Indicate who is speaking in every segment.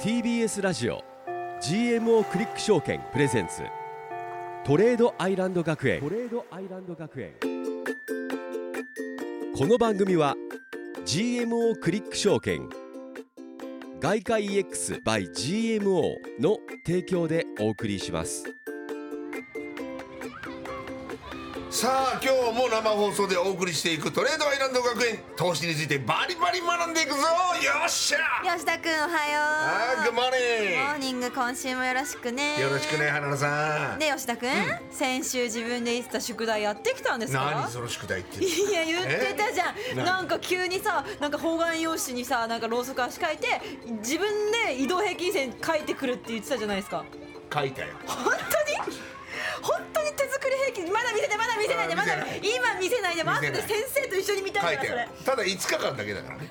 Speaker 1: TBS ラジオ GMO クリック証券プレゼンツトレードアイランド学園トレードアイランド学園この番組は GMO クリック証券外貨 EX by GMO の提供でお送りします
Speaker 2: さあ今日も生放送でお送りしていくトレードアイランド学園投資についてバリバリ学んでいくぞよっしゃ
Speaker 3: 吉田くんおはよ
Speaker 2: あーグッ
Speaker 3: う
Speaker 2: モーニ
Speaker 3: モー
Speaker 2: ン
Speaker 3: ニング今週もよろしくね
Speaker 2: グよろしくね花田さん、
Speaker 3: ね吉田くん、先週自分で言ってた宿題やってきたんですか
Speaker 2: 何その宿題って
Speaker 3: いや言ってたじゃん
Speaker 2: え
Speaker 3: なんか急にさなんか方眼用紙にさなんかろうそく足書いて自分で移動平均線書いてくるって言ってたじゃないですか
Speaker 2: 書い たよ
Speaker 3: 本当に本当に手作り平均まだ見せてまだ見せないで
Speaker 2: あー見
Speaker 3: ま
Speaker 2: せ
Speaker 3: だ
Speaker 2: ない
Speaker 3: 今見せないで
Speaker 2: 見せ
Speaker 3: 後
Speaker 2: ない
Speaker 3: で先生と一緒に見た
Speaker 2: 書
Speaker 3: い
Speaker 2: い
Speaker 3: から
Speaker 2: た
Speaker 3: それ
Speaker 2: よただ5日間だけだからね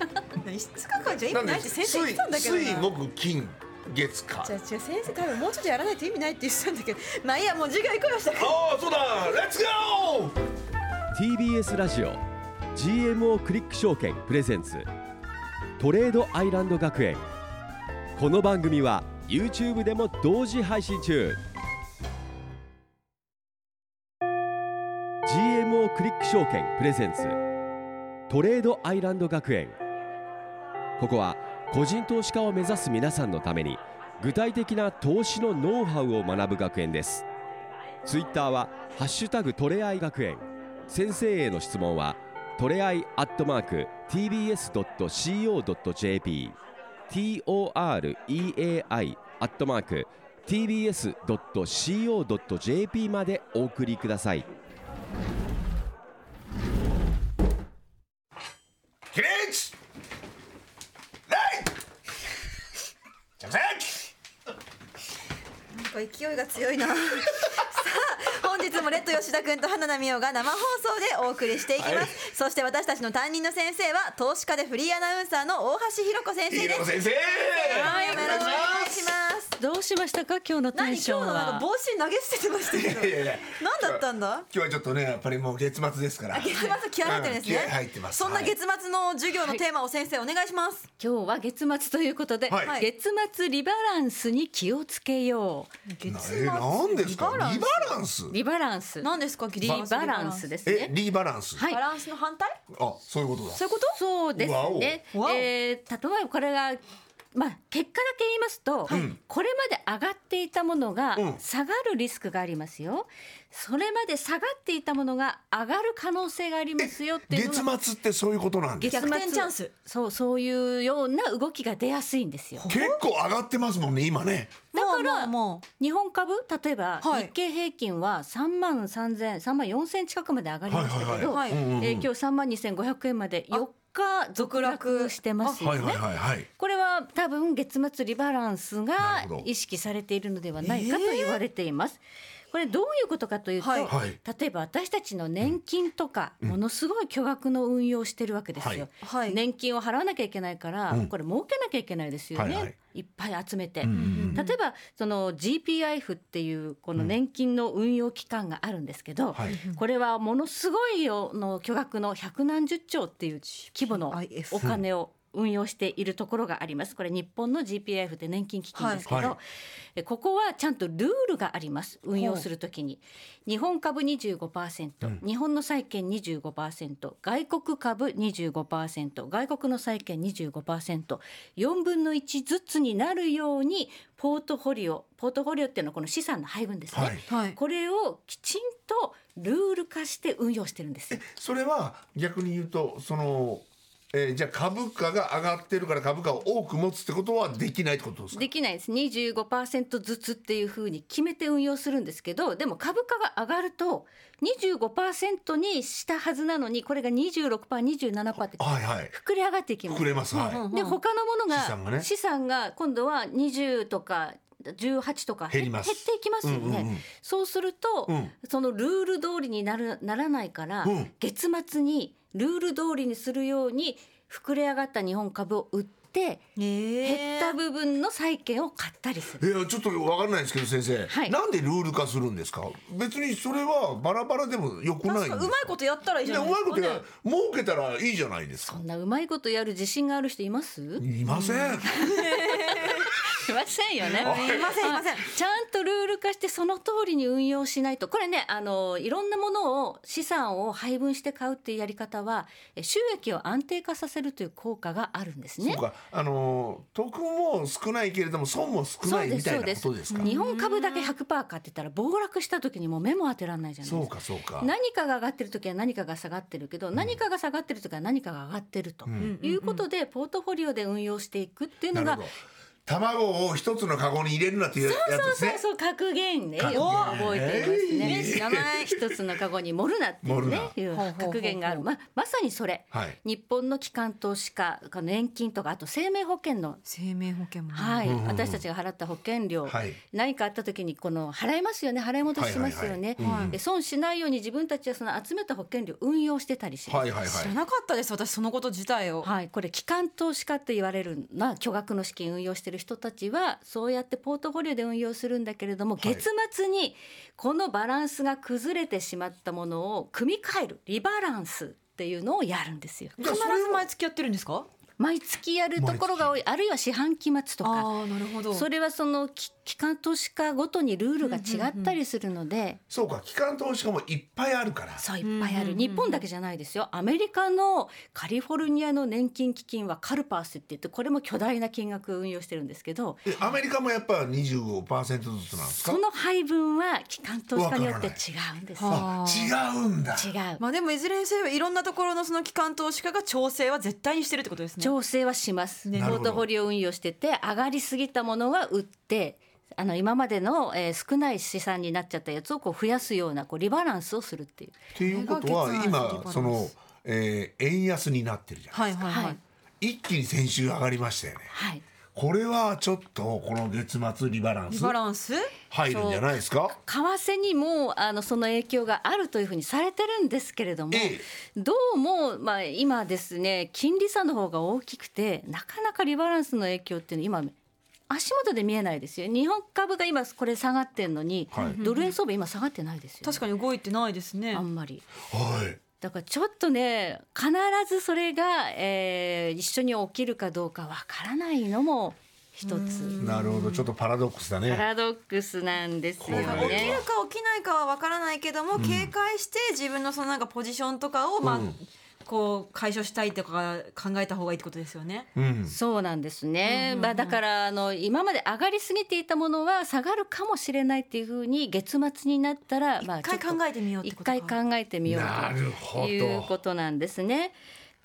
Speaker 3: 5日間じゃ意味ないって先生言ってたんだけどな
Speaker 2: 水水木金月火
Speaker 3: じゃあ違う先生多分もうちょっとやらないと意味ないって言ってたんだけどまあいいやもう授業行こうよしたから
Speaker 2: ああそうだレッツゴー
Speaker 1: TBS ラジオ GMO クリック証券プレゼンツトレードアイランド学園この番組は YouTube でも同時配信中 GMO クリック証券プレゼンツトレードアイランド学園ここは個人投資家を目指す皆さんのために具体的な投資のノウハウを学ぶ学園ですツイッターは「ハッシュタグトレアイ学園」先生への質問はトレアイアットマーク TBS.CO.JP TOREAI アットマーク TBS.CO.JP までお送りください
Speaker 2: 起立礼 着席
Speaker 3: なんか勢いが強 いなさあ本日もレッド吉田君と花田美桜が生放送でお送りしていきます、
Speaker 2: はい
Speaker 3: そして私たちの担任の先生は投資家でフリーアナウンサーの大橋ひろ子先生
Speaker 2: 飯
Speaker 3: で
Speaker 2: 野
Speaker 3: す
Speaker 2: 先生
Speaker 3: はい
Speaker 2: お
Speaker 3: よろしくお
Speaker 2: 願いし
Speaker 3: 願
Speaker 2: ま
Speaker 3: いし
Speaker 2: す
Speaker 3: ます
Speaker 4: どうしましたか今日のテ
Speaker 3: 何
Speaker 4: ン
Speaker 3: 今
Speaker 4: シ
Speaker 3: 日
Speaker 4: ョン
Speaker 3: のなんか
Speaker 4: は
Speaker 3: 帽子投げ捨ててましたけど
Speaker 2: いやいや
Speaker 3: 何だったんだ
Speaker 2: 今日はちょっとねやっぱりもう月末ですから
Speaker 3: 月末気合入ってるんですね、
Speaker 2: うん気合入ってます
Speaker 3: そんな月末の授業のテーマを先生お願いします、
Speaker 4: 今日は月末ということで、
Speaker 2: はい
Speaker 4: 月末リバランスに気をつけよ
Speaker 2: なえなんですかリバランス
Speaker 4: うリバランス
Speaker 3: 何ですかギリ
Speaker 4: リバランスです
Speaker 2: え
Speaker 4: ね
Speaker 2: リバランス、
Speaker 4: は
Speaker 3: バ
Speaker 4: い
Speaker 3: ランスの反対
Speaker 2: あそういうことだ
Speaker 4: そういうことそうですね
Speaker 3: わおわお
Speaker 4: えー例えばこれがまあ結果だけ言いますと、これまで上がっていたものが
Speaker 2: うん
Speaker 4: 下がるリスクがありますよ、それまで下がっていたものが上がる可能性がありますよっていうのが
Speaker 2: 月末ってそういうことなんです
Speaker 3: 逆転チャンス
Speaker 4: そうそういうような動きが出やすいんですよ
Speaker 2: 結構上がってますもんね今ね
Speaker 4: だから
Speaker 3: も
Speaker 4: 日本株例えば
Speaker 3: はい
Speaker 4: 日経平均は3万3千3万4千近くまで上がりましたけど、
Speaker 3: はいはいはい
Speaker 2: うんうんうん
Speaker 4: えー今日3万2500円まで4日続落してますよね。
Speaker 2: はいはいはい
Speaker 4: これは多分月末リバランス
Speaker 2: な
Speaker 4: が
Speaker 2: るほど
Speaker 4: 意識されているのではないかと
Speaker 3: えー
Speaker 4: 言われています。これどういうことかというと、
Speaker 3: はい
Speaker 2: はい
Speaker 4: 例えば私たちの年金とか、ものすごい巨額の運用をしてるわけですよ。
Speaker 3: はいはい
Speaker 4: 年金を払わなきゃいけないから、
Speaker 2: うん
Speaker 4: これ儲けなきゃいけないですよね。
Speaker 2: はい
Speaker 4: い
Speaker 2: はい
Speaker 4: っぱい集めて、
Speaker 2: うんうん
Speaker 4: 例えばその GPIF っていうこの年金の運用期間があるんですけど、
Speaker 2: はい
Speaker 4: これはものすごいよの巨額の百何十兆っていう規模の
Speaker 3: GPIF
Speaker 4: お金を運用しているところがあります。これ日本の GPIF で年金基金ですけど、
Speaker 2: はいはい
Speaker 4: えここはちゃんとルールがあります。運用するときに日本株25%、日本の債券25%、外国株25%、外国の債券25%、4分の1ずつになるようにポートフォリオ、ポートフォリオっていうのはこの資産の配分ですね。
Speaker 2: はい
Speaker 3: もはい
Speaker 4: これをきちんとルール化して運用してるんですよ。
Speaker 2: それは逆に言うとその、えー、じゃあ株価が上がってるから株価を多く持つってことはできないってことですか
Speaker 4: できないです。25%ずつっていうふうに決めて運用するんですけど、でも株価が上がると25%にしたはずなのに、これが26%、27%って
Speaker 2: はいはい
Speaker 4: 膨れ上がっていきま
Speaker 2: 膨
Speaker 4: す。
Speaker 2: れますはい、
Speaker 3: うん
Speaker 4: で他のものが
Speaker 2: 資産がね
Speaker 4: 今度は20とか18とか
Speaker 2: 減ります
Speaker 4: 減っていきますよね。
Speaker 2: うんうんうん
Speaker 4: そうすると、
Speaker 2: うん
Speaker 4: そのルール通りになるならないから、
Speaker 2: うん
Speaker 4: 月末にルール通りにするように膨れ上がった日本株を売って、減
Speaker 3: 減
Speaker 4: った部分の債券を買ったりする。
Speaker 2: いやちょっとわかんないですけど先生、
Speaker 4: はい
Speaker 2: なんでルール化するんですか別にそれはバラバラでもよくないんです
Speaker 3: 確か
Speaker 2: か
Speaker 3: うまいことやったらいい
Speaker 2: い
Speaker 3: じ
Speaker 2: や
Speaker 3: ゃ
Speaker 2: う
Speaker 3: ない
Speaker 2: まいこと
Speaker 3: ですか
Speaker 2: や
Speaker 3: ね
Speaker 2: 儲けたらいいじゃないです
Speaker 4: そ
Speaker 2: か
Speaker 4: んなうまいことやる自信がある人います？
Speaker 2: いません
Speaker 4: いませんよね。
Speaker 3: いませんいません
Speaker 4: はちゃんとルール化してその通りに運用しないとこれねあのいろんなものを資産を配分して買うっていうやり方はえ収益を安定化させるという効果があるんですね
Speaker 2: そう。かあのー得も少ないけれども損も少ないみたいなことですか
Speaker 4: 日本株だけ100%買ってたら暴落した時にもう目も当てられないじゃない
Speaker 2: そ
Speaker 4: で
Speaker 2: う
Speaker 4: すか。
Speaker 2: かそうか
Speaker 4: 何かが上がってる時は何かが下がってるけど、何かが下がってる時は何かが上がってると、
Speaker 2: ん
Speaker 4: いうことでポートフォリオで運用していくっていう
Speaker 2: な
Speaker 4: の
Speaker 2: る
Speaker 4: が
Speaker 2: ほど卵を一つのカゴに入れるなっていうやつです
Speaker 4: そう
Speaker 2: ね
Speaker 4: そう格言ねよく覚えていま
Speaker 2: え
Speaker 4: すね。名前一つのカゴに盛るなってい
Speaker 2: 盛
Speaker 4: う
Speaker 2: る
Speaker 4: ね
Speaker 2: な
Speaker 4: いう
Speaker 3: ほうほうほうほう
Speaker 4: 格言がある。まあまさにそれ。
Speaker 2: はい
Speaker 4: 日本の機関投資家あの年金とかあと生命保険の
Speaker 3: 生命保険もね
Speaker 4: はい、
Speaker 2: うんうんうん
Speaker 4: 私たちが払った保険料、
Speaker 2: はい
Speaker 4: 何かあった時にこの払いますよね払い戻しますよね、
Speaker 2: はいはいはいうん
Speaker 4: で損しないように自分たちはその集めた保険料運用してたりします。
Speaker 2: は
Speaker 4: はい
Speaker 2: いはい
Speaker 3: 知ら
Speaker 2: は
Speaker 3: なかったです私そのこと自体を
Speaker 4: これ機関投資家と言われるな巨額の資金運用してる人たちはそうやってポートフォリオで運用するんだけれども、
Speaker 2: い
Speaker 4: 月末にこのバランスが崩れてしまったものを組み替えるリバランスっていうのをやるんですよ。
Speaker 2: い
Speaker 3: 必ず毎月やってるんですか
Speaker 4: 毎月やるところが多いあるいは四半期末と
Speaker 3: ああ
Speaker 4: か
Speaker 3: ーなるほど
Speaker 4: それはそのき機関投資家ごとにルールが違ったりするので、
Speaker 2: そうか機関投資家もいっぱいあるから
Speaker 4: そういっぱいある、
Speaker 3: うんうんうん
Speaker 4: 日本だけじゃないですよアメリカのカリフォルニアの年金基金はカルパースって言ってこれも巨大な金額を運用してるんですけど
Speaker 2: えアメリカもやっぱ25%ずつなんですか
Speaker 4: その配分は機関投資家によって違
Speaker 2: わ
Speaker 4: うんです
Speaker 3: は
Speaker 4: よ
Speaker 2: あ違うんだ
Speaker 4: 違う
Speaker 3: まあでもいずれにせよいろんなところのその機関投資家が調整は絶対にしてるってことですね
Speaker 4: 調整はします、
Speaker 2: ね
Speaker 4: ポートフォリオ運用してて上がりすぎたものは売ってあの今までの、えー少ない資産になっちゃったやつをこう増やすようなこうリバランスをするっていう
Speaker 2: っていうことは
Speaker 3: これが決断
Speaker 2: 今その、えー円安になってるじゃん、
Speaker 3: はいはいはい、
Speaker 4: はい
Speaker 2: 一気に先週上がりましたよね
Speaker 4: はい
Speaker 2: これはちょっとこの月末リバラン
Speaker 3: リ
Speaker 2: ス
Speaker 3: バランス
Speaker 2: 入るんじゃないですか
Speaker 4: 為替にもあのその影響があるというふうにされてるんですけれども、
Speaker 2: ええ
Speaker 4: どうも、まあ、今ですね金利差の方が大きくてなかなかリバランスの影響っていうのは今足元で見えないですよ日本株が今これ下がってんのに、
Speaker 2: はい
Speaker 4: ドル円相場今下がってないですよ、
Speaker 3: 確かに動いてないですね
Speaker 4: あんまり
Speaker 2: はい
Speaker 4: だからちょっとね必ずそれが、えー一緒に起きるかどうかわからないのも一つ
Speaker 2: なるほどちょっとパラドックスだ
Speaker 4: パ
Speaker 2: ね
Speaker 4: ラドックスなんですよ
Speaker 2: これは
Speaker 3: 起き
Speaker 4: ね
Speaker 3: る。か起きないかは分からないけども、警戒して自分のそのなんかポジションとかをまあ、
Speaker 2: うん
Speaker 3: こう解消したいとか考えた方がいいってことですよね。
Speaker 2: うん
Speaker 4: そうなんですね、まあ、だからあの今まで上がりすぎていたものは下がるかもしれないっていうふうに月末になったら、まあ、
Speaker 3: 一回
Speaker 4: ちょっと
Speaker 3: 考えてみようってことか
Speaker 4: 一回考えてみよう
Speaker 2: なるほど
Speaker 4: ということなんですね。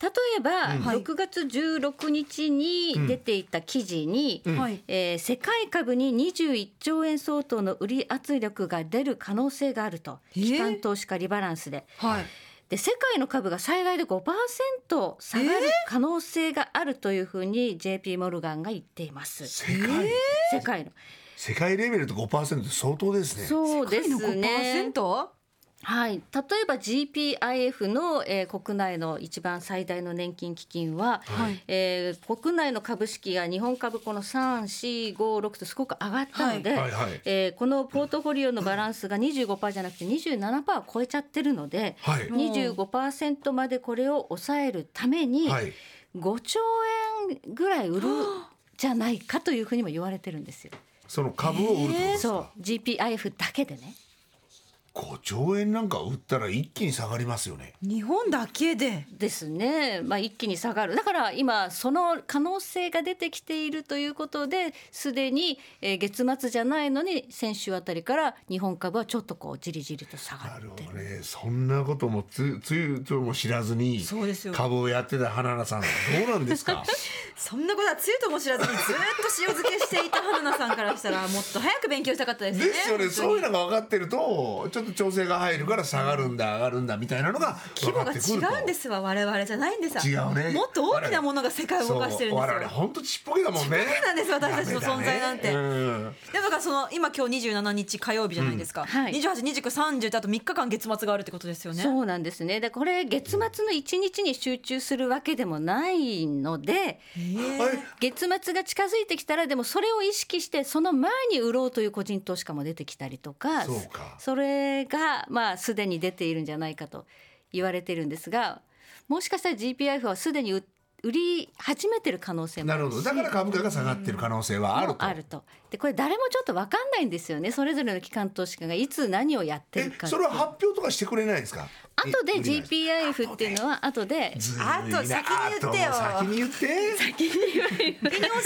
Speaker 4: 例えば、
Speaker 3: はい
Speaker 4: 6月16日に出ていた記事に、
Speaker 2: うん
Speaker 3: はい
Speaker 4: えー世界株に21兆円相当の売り圧力が出る可能性があると、
Speaker 3: えー
Speaker 4: 機関投資家リバランスで。
Speaker 3: はい。
Speaker 4: で世界の株が最大で5%下がる可能性があるというふうに JP モルガンが言っています。
Speaker 2: 世界、
Speaker 4: 世界の
Speaker 2: 世界レベルと5%って相当ですね
Speaker 4: そうで
Speaker 3: 世
Speaker 4: す
Speaker 3: 界
Speaker 4: ね
Speaker 3: の。5%？
Speaker 4: はい、例えば GPIF の、えー国内の一番最大の年金基金は、
Speaker 3: はい
Speaker 4: えー国内の株式が日本株この3456とすごく上がったので、
Speaker 2: はいはい
Speaker 4: えーこのポートフォリオのバランスが25%じゃなくて27%を超えちゃってるので、
Speaker 2: はい
Speaker 4: 25%までこれを抑えるために、
Speaker 2: はい
Speaker 4: 5兆円ぐらい 売るじゃないかというふうにも言われてるんですよ。
Speaker 2: その株を売るってことです
Speaker 4: そう
Speaker 2: か、
Speaker 4: GPIF だけでね。
Speaker 2: 5兆円なんか売ったら一気に下がりますよね
Speaker 3: 日本だけで。
Speaker 4: ですね、まあ、一気に下がるだから今その可能性が出てきているということですでにえー月末じゃないのに先週あたりから日本株はちょっとこうじりじりと下が
Speaker 2: なる
Speaker 4: っ
Speaker 2: ほ
Speaker 4: てる
Speaker 2: どねそんなこともつつゆとも知らずに
Speaker 3: そうですよ
Speaker 2: 株をやってた花々さんどうなんです か
Speaker 3: そんなことはつゆとも知らずにずっと塩漬けしていた花菜さんからしたらもっと早く勉強したかったですね。
Speaker 2: ですよねそういう
Speaker 3: 本
Speaker 2: のが分かってるとちょっと調整が入るから下がるんだ上がるんだみたいなのが
Speaker 3: 当に
Speaker 2: 分かってくる
Speaker 3: 規
Speaker 2: と
Speaker 3: 模が違うんですわ我々じゃないんです
Speaker 2: 違うね
Speaker 3: もっと大きなものが世界を動かしてるん
Speaker 2: そう
Speaker 3: です
Speaker 2: 我
Speaker 3: よ
Speaker 2: 々。本当ちっぽけだもんね
Speaker 3: なんです私たちの存在なんて
Speaker 2: ダメだねうん
Speaker 3: でもだからその今今日27日火曜日じゃないですか、
Speaker 4: んはい
Speaker 3: 28、29、30ってあと3日間月末があるってことですよね。
Speaker 4: そうなんですねでこれ月末の1日に集中するわけでもないので
Speaker 2: はい
Speaker 4: 月末が近づいてきたらでもそれを意識してその前に売ろうという個人投資家も出てきたりとか
Speaker 2: そうか
Speaker 4: それがまあすでに出ているんじゃないかと言われているんですがもしかしたら GPIF はすでに売っ売り始めてる可能性も
Speaker 2: な
Speaker 4: あ
Speaker 2: る
Speaker 4: る
Speaker 2: ほどだから株価が下がってる可能性はあると
Speaker 4: あるとでこれ誰もちょっと分かんないんですよねそれぞれの機関投資家がいつ何をやって
Speaker 2: え
Speaker 4: るか
Speaker 2: それは発表とかしてくれないんですか
Speaker 4: 後で
Speaker 2: え売ります
Speaker 4: GPIF っていうのは後で
Speaker 2: ずるいな
Speaker 3: あと先に言ってよ
Speaker 2: あともう先に言って
Speaker 3: 先に教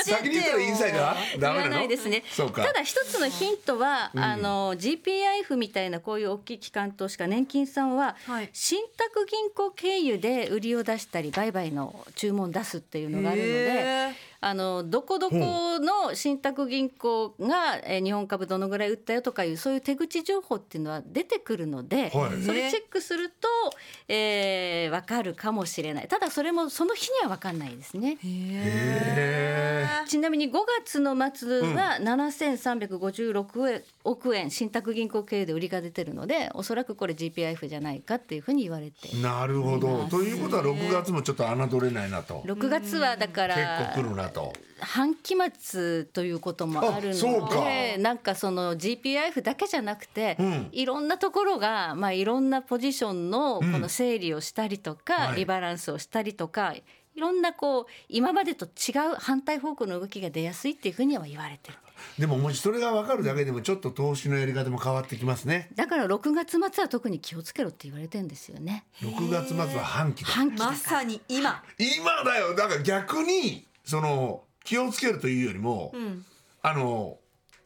Speaker 2: 先に言ったらインサイダー
Speaker 4: 言
Speaker 2: ダメな
Speaker 4: わ
Speaker 2: の
Speaker 4: ないですね
Speaker 2: そうか
Speaker 4: ただ一つのヒントは、あの GPIF みたいなこういう大きい機関投資家年金さんは、
Speaker 3: はい
Speaker 4: 信託銀行経由で売りを出したり売買の注文出すっていうのがあるので。
Speaker 3: へー
Speaker 4: あのどこどこの信託銀行が、えー日本株どのぐらい売ったよとかいうそういう手口情報っていうのは出てくるの
Speaker 2: は
Speaker 4: で、
Speaker 2: い
Speaker 4: それチェックすると、えー、分かるかもしれないただそれもその日には分かんないですね。
Speaker 2: へー
Speaker 4: ちなみに5月の末は7356億円信託銀行経由で売りが出てるのでおそらくこれ GPIF じゃないかっていうふうに言われて
Speaker 2: なるほ
Speaker 4: い
Speaker 2: ど
Speaker 4: ます
Speaker 2: ということは6月もちょっと侮れないなと
Speaker 4: 6月はだか
Speaker 2: 結
Speaker 4: ら
Speaker 2: 構来るなと
Speaker 4: 半期末ということもある
Speaker 2: あそう
Speaker 4: の
Speaker 2: か
Speaker 4: でなんかその GPIF だけじゃなくて、
Speaker 2: うん
Speaker 4: いろんなところが、まあ、いろんなポジションのこの整理をしたりとか、
Speaker 2: はい
Speaker 4: リバランスをしたりとかいろんなこう今までと違う反対方向の動きが出やすいっていうふうには言われてる。
Speaker 2: でももしそれが分かるだけでもちょっと投資のやり方も変わってきますね
Speaker 4: だから6月末は特に気をつけろって言われてんですよね。
Speaker 2: 6月末は半期だ
Speaker 4: 半期だ
Speaker 3: ま
Speaker 4: から。
Speaker 3: さに今
Speaker 2: 今だよだから逆にその気をつけるというよりも、あの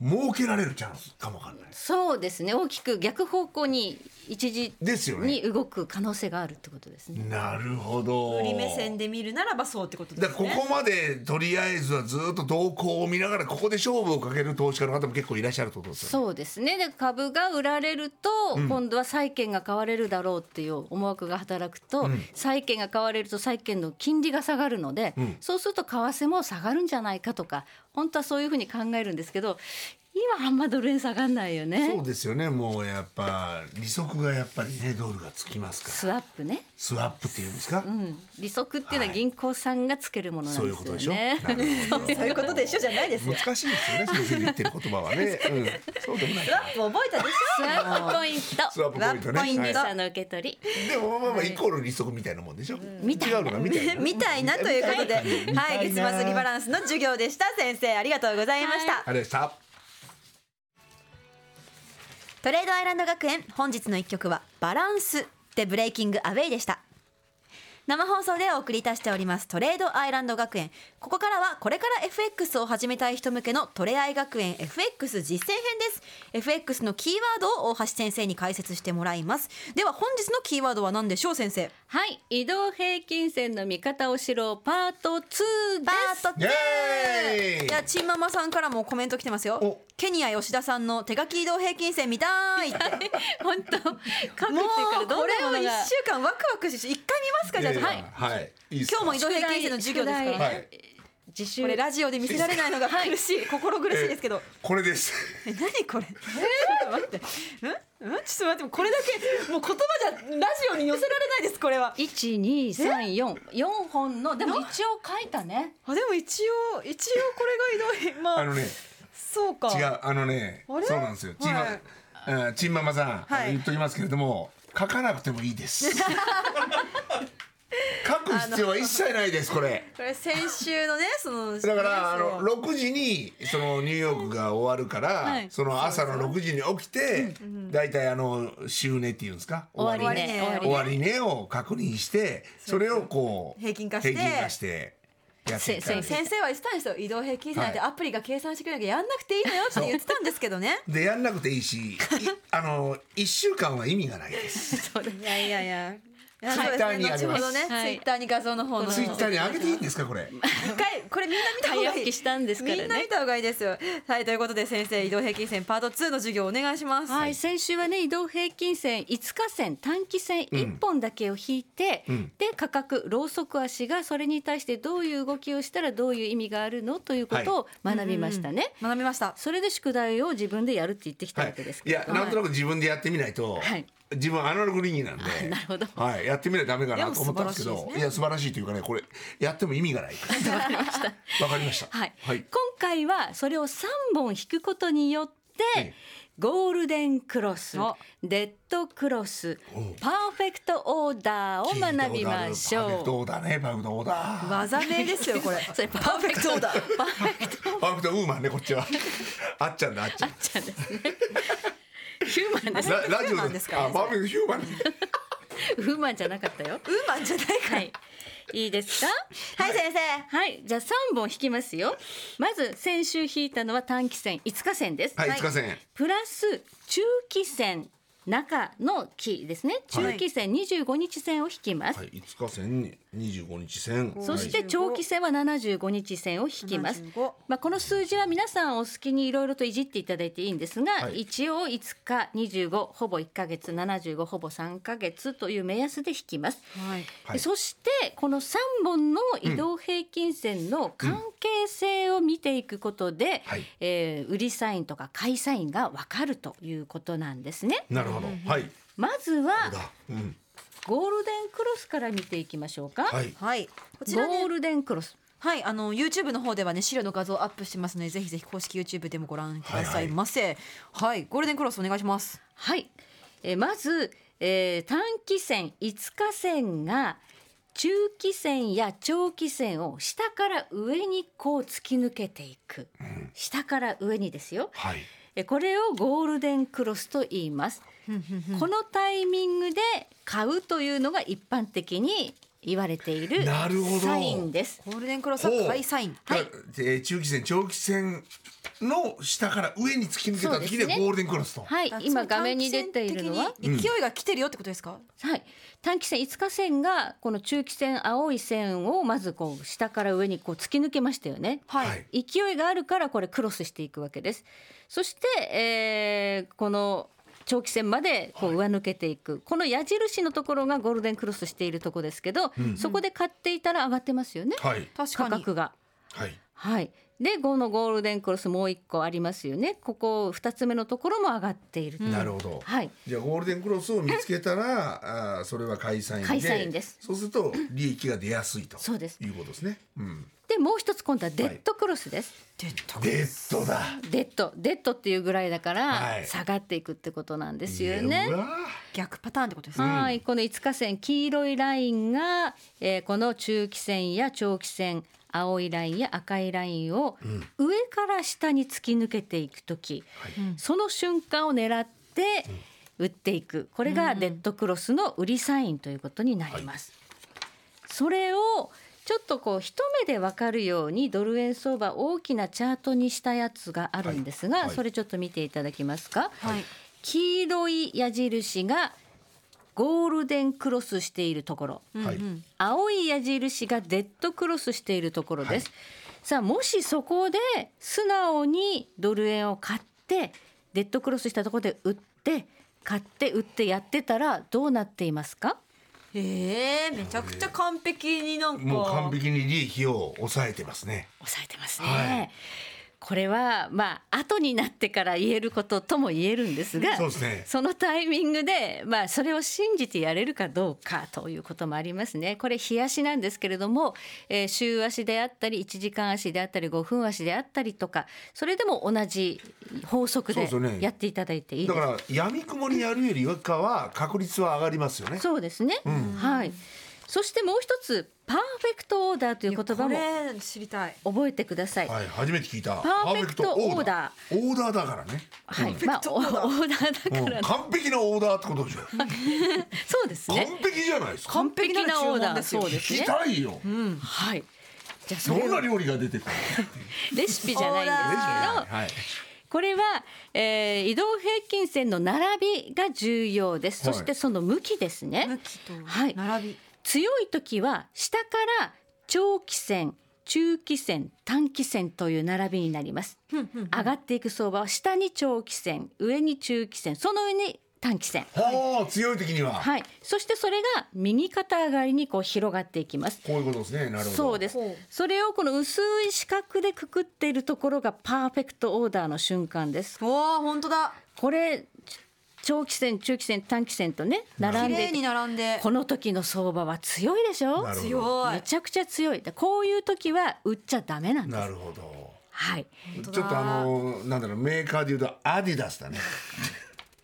Speaker 2: 儲けられるチャンスかもわかんない
Speaker 4: そうですね。大きく逆方向に一時
Speaker 2: ですよ
Speaker 4: に
Speaker 2: ね
Speaker 4: 動く可能性があるってことですね。
Speaker 2: なるほど
Speaker 3: 売り目線で見るならばそうってことで
Speaker 2: だ
Speaker 3: す
Speaker 2: から
Speaker 3: ね
Speaker 2: ここまでとりあえずはずっと動向を見ながらここで勝負をかける投資家の方も結構いらっしゃると思うんですよ
Speaker 4: そうですね。で株が売られると、今度は債券が買われるだろうっていう思惑が働くと、債券が買われると債券の金利が下がるので、そうすると為替も下がるんじゃないかとか、本当はそういうふうに考えるんですけど、今あんまドル円下がんないよね。
Speaker 2: そうですよねもうやっぱ利息がやっぱりねドルがつきますから
Speaker 4: スワップね。
Speaker 2: スワップっていうんですか、
Speaker 4: うん、利息っていうのは銀行さんがつけるものなん
Speaker 2: そうい
Speaker 4: で
Speaker 2: うことですしょ、
Speaker 4: よね。
Speaker 2: な るほど
Speaker 3: そういうことでしょじゃないですよ
Speaker 2: 難しいですよね先生の言ってる言葉は ね、うん、そうでもない
Speaker 3: ラップ覚えたでし
Speaker 4: スワップポイン
Speaker 2: スワ
Speaker 4: ト。
Speaker 2: ップポイントね
Speaker 3: ワップポイント
Speaker 2: はい
Speaker 4: 会社の受け取り。
Speaker 2: でもまあまあイコール利息みたいなもんでしょ。
Speaker 4: みたい
Speaker 2: 違うのがみたいな
Speaker 3: ょ。 みたいなということではい月末リバランスの授業でした先生ありがとうございました、
Speaker 2: あれさ。
Speaker 3: トレードアイランド学園本日の一曲はバランスでブレイキングアウェイでした生放送でお送りいたしておりますトレードアイランド学園ここからはこれから FX を始めたい人向けのトレアイ学園 FX 実践編です FX のキーワードを大橋先生に解説してもらいますでは本日のキーワードは何でしょう先生
Speaker 4: はい、移動平均線の見方をしろパート2です。
Speaker 3: バート
Speaker 2: イエーイ
Speaker 3: いやちんママさんからもコメント来てますよ
Speaker 2: お
Speaker 3: ケニア吉田さんの手書き移動平均線見たい って
Speaker 4: 本当、各地から
Speaker 3: もう
Speaker 4: ど
Speaker 3: こ
Speaker 4: んなも
Speaker 3: れを
Speaker 4: の
Speaker 3: 一
Speaker 4: が。
Speaker 3: 週間ワクワクして一回見ますかじゃあ、
Speaker 2: いやいやはい。いいっすか
Speaker 3: 今日も移動平均線の授業ですから、
Speaker 4: 宿
Speaker 2: は
Speaker 4: 題
Speaker 2: い。
Speaker 4: 自習
Speaker 3: これラジオで見せられないのが苦しい、心苦しいですけど
Speaker 2: これです。
Speaker 3: え何これ えー、待ってうんうんちょっと待ってもうこれだけもう言葉じゃラジオに寄せられないですこれは
Speaker 4: 一二三四四本のでも一応書いたね。
Speaker 3: あでも一応一応これが移動平まあ
Speaker 2: あのね
Speaker 3: そうか
Speaker 2: 違うあのね
Speaker 3: あれ
Speaker 2: そうなんですよ。チンマ
Speaker 3: はい
Speaker 2: あチンママさんあの
Speaker 3: はい
Speaker 2: 言っときますけれども書かなくてもいいです。書く必要は一切ないですこれ。
Speaker 3: これ先週のねその
Speaker 2: だからあ
Speaker 3: ニュースを
Speaker 2: の6時にそのニューヨークが終わるから、
Speaker 4: はい
Speaker 2: その朝の6時に起きて大体、あの終値っていうんですか
Speaker 4: 終わり
Speaker 3: 終
Speaker 4: ね。
Speaker 3: わりね
Speaker 2: 終わり値を確認してそれをこう
Speaker 3: 平均化して
Speaker 2: 平均化してやっていったんです
Speaker 3: 先生は言ってたんですよ移動平均線なんてアプリが計算してくれなきゃやんなくていいのよって言ってたんですけどね
Speaker 2: でやんなくていいしいあの1週間は意味がないです
Speaker 3: いやいやいや。
Speaker 2: ツイッターにあります
Speaker 3: 後ほどね、
Speaker 4: はい
Speaker 3: ツイッターに画像の方の。
Speaker 2: ツイッターに上げていいんですかこれ
Speaker 3: 一回これみんな見た方が
Speaker 4: 早
Speaker 3: い
Speaker 4: 起
Speaker 3: い
Speaker 4: き。したんですから
Speaker 3: みんな
Speaker 4: ね
Speaker 3: 見。た方がいいですよ。はい、ということで先生移動平均線パート2の授業お願いします。
Speaker 4: はい、先週はね移動平均線5日線短期線1本だけを引いて、
Speaker 2: うん
Speaker 4: で価格ローソク足がそれに対してどういう動きをしたらどういう意味があるのということを学びましたね、
Speaker 3: 学びました。
Speaker 4: それで宿題を自分でやるって言ってきた
Speaker 2: は
Speaker 4: わ
Speaker 2: い
Speaker 4: けです、
Speaker 2: い
Speaker 4: けど
Speaker 2: やなんとなく自分でやってみないと、
Speaker 4: はい
Speaker 2: 自分アナログリーなんで、
Speaker 4: なるほど
Speaker 2: はい、やってみないとダメかなと思ったんですけ
Speaker 3: で
Speaker 2: どい
Speaker 3: も素晴らしいですね
Speaker 2: や素晴らしいというかねこれやっても意味 がない
Speaker 4: わかりました
Speaker 2: わかりました
Speaker 4: はい、
Speaker 2: はい
Speaker 4: 今回はそれを3本引くことによって、
Speaker 2: ええ
Speaker 4: ゴールデンクロス
Speaker 3: お
Speaker 4: デッドクロス
Speaker 2: お
Speaker 4: パーフェクトオーダーを学びましょう
Speaker 2: どうだねパーフェクトオーダー
Speaker 3: 技名ですよこれ
Speaker 4: それパーフェクトオーダーパーフェクト
Speaker 2: パーフェクトウーマンねこっちはあっちゃんだあっちゃん
Speaker 4: ちゃんですねヒューマンです
Speaker 2: ララジ
Speaker 3: ヒューマ
Speaker 2: オ
Speaker 3: ン
Speaker 2: で
Speaker 3: です
Speaker 2: す
Speaker 3: からね
Speaker 2: あパーフェクトヒューマン
Speaker 4: フーマンじゃなかったよ
Speaker 3: ウーマンじゃないから
Speaker 4: はいいいですか
Speaker 3: はい先生
Speaker 4: はいじゃあ三本引きますよまず先週引いたのは短期戦5日戦です
Speaker 2: はい五日線
Speaker 4: プラス中期戦中の期ですね
Speaker 2: はい
Speaker 4: 中期戦25日戦を引きます、
Speaker 2: はい5日線に25日線
Speaker 4: そして長期戦は75日戦を引きます
Speaker 3: 75
Speaker 4: まあ、この数字は皆さんお好きにいろいろといじっていただいていいんですが、
Speaker 2: はい
Speaker 4: 一応5日25ほぼ1ヶ月75ほぼ3ヶ月という目安で引きます、
Speaker 3: はい
Speaker 2: はい
Speaker 4: そしてこの3本の移動平均線の関係性を見ていくことで、
Speaker 2: はい
Speaker 4: えー売りサインとか買いサインが分かるということなんですね。
Speaker 2: なるほどはい
Speaker 4: まずは
Speaker 2: だうん
Speaker 4: ゴールデンクロスから見ていきましょうか。
Speaker 2: はい
Speaker 3: はいこちらね
Speaker 4: ゴールデンクロス
Speaker 3: はい、あの YouTube の方ではね資料の画像をアップしてますのでぜひぜひ公式 YouTube でもご覧くださいませ。はい、ゴールデンクロスお願いします。
Speaker 4: はい、えーまず、えー短期戦5日線が中期線や長期線を下から上にこう突き抜けていく、下から上にですよ
Speaker 2: はい
Speaker 4: えーこれをゴールデンクロスと言いますこのタイミングで買うというのが一般的に言われている
Speaker 2: なるほど
Speaker 4: サインです
Speaker 3: ゴールデンクロスは買いサイン。
Speaker 2: だえー中期線長期線の下から上に突き抜けた時で
Speaker 4: そうですね
Speaker 2: ゴールデンクロスと、
Speaker 4: はい
Speaker 3: だから
Speaker 4: 今画面に出ているのは
Speaker 3: 短期戦的に勢いが来てるよってことですか？
Speaker 4: はい、短期戦5日線がこの中期線青い線をまずこう下から上にこう突き抜けましたよね。
Speaker 3: はい。
Speaker 2: はい
Speaker 4: 勢いがあるからこれクロスしていくわけです。そして、えーこの長期戦までこう上抜けていく、この矢印のところがゴールデンクロスしているところですけど、そこで買っていたら上がってますよね、
Speaker 2: はい
Speaker 3: 確か
Speaker 4: 価
Speaker 3: に。
Speaker 4: 格が。
Speaker 2: はい
Speaker 4: はい、で5のゴールデンクロスもう1個ありますよねここ2つ目のところも上がっていると、
Speaker 2: なるほど、
Speaker 4: はい
Speaker 2: じゃあゴールデンクロスを見つけたらあーそれは開催員
Speaker 4: 会
Speaker 2: で
Speaker 4: 社員です
Speaker 2: そうすると利益が出やすいと
Speaker 4: そうです
Speaker 2: いうことですね、うん、
Speaker 4: でもう一つ今度はデッドクロスです、
Speaker 3: デッド
Speaker 2: デッドだ
Speaker 4: デッドデッドっていうぐらいだから、
Speaker 2: はい
Speaker 4: 下がっていくってことなんですよね
Speaker 2: う。わ
Speaker 3: 逆パターンってことですね。
Speaker 4: はい、この5日線黄色いラインが、えーこの中期線や長期線青いラインや赤いラインを上から下に突き抜けていく時、その瞬間を狙って打っていくこれがデッドクロスの売りサインということになります。それをちょっとこう一目で分かるようにドル円相場大きなチャートにしたやつがあるんですが、
Speaker 2: はいはい
Speaker 4: それちょっと見ていただけますか。
Speaker 3: はい。
Speaker 4: 黄色い矢印がゴールデンクロスしているところ、
Speaker 2: ーはい、
Speaker 4: 青い矢印がデッドクロスしているところです、さあもしそこで素直にドル円を買ってデッドクロスしたところで売って買って売ってやってたらどうなっていますか
Speaker 3: ええめちゃくちゃ完璧になんか。
Speaker 2: もう完璧に利益を抑えてますね
Speaker 4: 抑えてますね、
Speaker 2: はい
Speaker 4: これはまあ後になってから言えることとも言えるんですが
Speaker 2: そうですね
Speaker 4: そのタイミングで、まあ、それを信じてやれるかどうかということもありますね。これ日足なんですけれども、えー週足であったり1時間足であったり5分足であったりとかそれでも同じ法則で
Speaker 2: そうですよね
Speaker 4: やっていただいていいです
Speaker 2: だから闇雲にやるよりかは確率は上がりますよね
Speaker 4: そうですね、はい。そしてもう一つパーフェクトオーダーという言葉
Speaker 3: こ
Speaker 4: も
Speaker 3: れ知りたい。
Speaker 4: 覚えてください。
Speaker 2: はい初めて聞いた
Speaker 4: パーフェクトオーダ
Speaker 2: ーオーダーだからね、
Speaker 4: はい、まあおオ ーダーだ
Speaker 2: う
Speaker 4: か
Speaker 2: ん
Speaker 4: ら、
Speaker 2: 完璧なオーダーってことでしょ
Speaker 4: そうです
Speaker 2: 完
Speaker 4: ね。
Speaker 2: 璧じゃないですか
Speaker 3: 完璧なオーダーですよ
Speaker 4: そうです
Speaker 2: 聞き
Speaker 4: ね。
Speaker 2: たいよ、
Speaker 4: はい。じゃあそ
Speaker 2: ど
Speaker 4: れ
Speaker 2: んな
Speaker 4: は
Speaker 2: 料理が出てくる
Speaker 4: レシピじゃないんですけど、
Speaker 2: はい
Speaker 4: これは、えー移動平均線の並びが重要です。そ
Speaker 2: はい
Speaker 4: してその向きですね。
Speaker 3: 向きと
Speaker 4: はい
Speaker 3: 並び。
Speaker 4: 強い時は下から長期線中期線短期線という並びになります上がっていく相場は下に長期線上に中期線その上に短期線
Speaker 2: ほう強い時には、
Speaker 4: はいそしてそれが右肩上がりにこう広がっていきます
Speaker 2: こういうことですねなるほど
Speaker 4: そうです
Speaker 3: ほう
Speaker 4: それをこの薄い四角でくくっているところがパーフェクトオーダーの瞬間です
Speaker 3: おお本当だ。
Speaker 4: これち長期戦中期戦短期戦とね並
Speaker 3: 綺
Speaker 4: んで
Speaker 3: 麗に
Speaker 4: いて
Speaker 3: 並んで。
Speaker 4: この時の相場は強いでしょ
Speaker 2: なるほど
Speaker 3: 強い
Speaker 4: め。ちゃくちゃ強いでこういう時は売っちゃダメなんです
Speaker 2: なるほど
Speaker 4: はい
Speaker 3: 当だ
Speaker 2: ちょっとあのなんだろうメーカーでいうとアディダスだね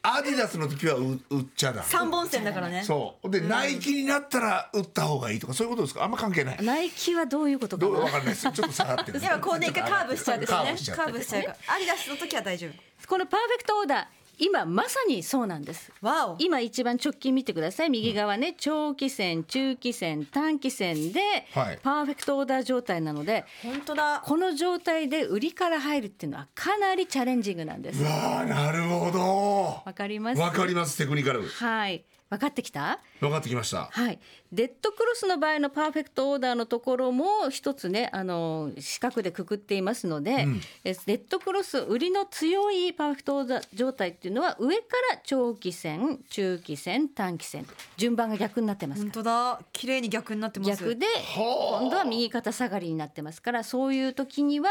Speaker 2: アディダスの時はう売っちゃだ
Speaker 3: 三本線だからね
Speaker 2: そうでナイキになったら売った方がいいとかそういうことですかあんま関係ない
Speaker 4: ナイキはどういうことか
Speaker 2: どうわ
Speaker 4: な
Speaker 2: かんないですちょっと下がってる
Speaker 3: 今こうね一回カーブしちゃってね
Speaker 2: カーブしちゃって
Speaker 3: カーブしちゃうからアディダスの時は大丈夫
Speaker 4: このパーフェクトオーダー今まさにそうなんです
Speaker 3: わお
Speaker 4: 今一番直近見てください右側ね長期戦中期戦短期戦で
Speaker 2: はい
Speaker 4: パーフェクトオーダー状態なので
Speaker 3: 本当だ
Speaker 4: この状態で売りから入るっていうのはかなりチャレンジングなんで
Speaker 2: う
Speaker 4: す
Speaker 2: わーなるほ
Speaker 4: わかりま
Speaker 2: ど
Speaker 4: す
Speaker 2: わかりますテクニカル
Speaker 4: はい分かってきた
Speaker 2: 分かってきました
Speaker 4: はい、デッドクロスの場合のパーフェクトオーダーのところも一つねあの四角でくくっていますので、えデッドクロス売りの強いパーフェクトオーダー状態っていうのは上から長期戦中期戦短期戦順番が逆になってます
Speaker 3: 本
Speaker 4: か
Speaker 3: 当だ綺麗に逆になって
Speaker 4: ら
Speaker 3: ます
Speaker 4: 逆で今度は右肩下がりになってますからそういう時には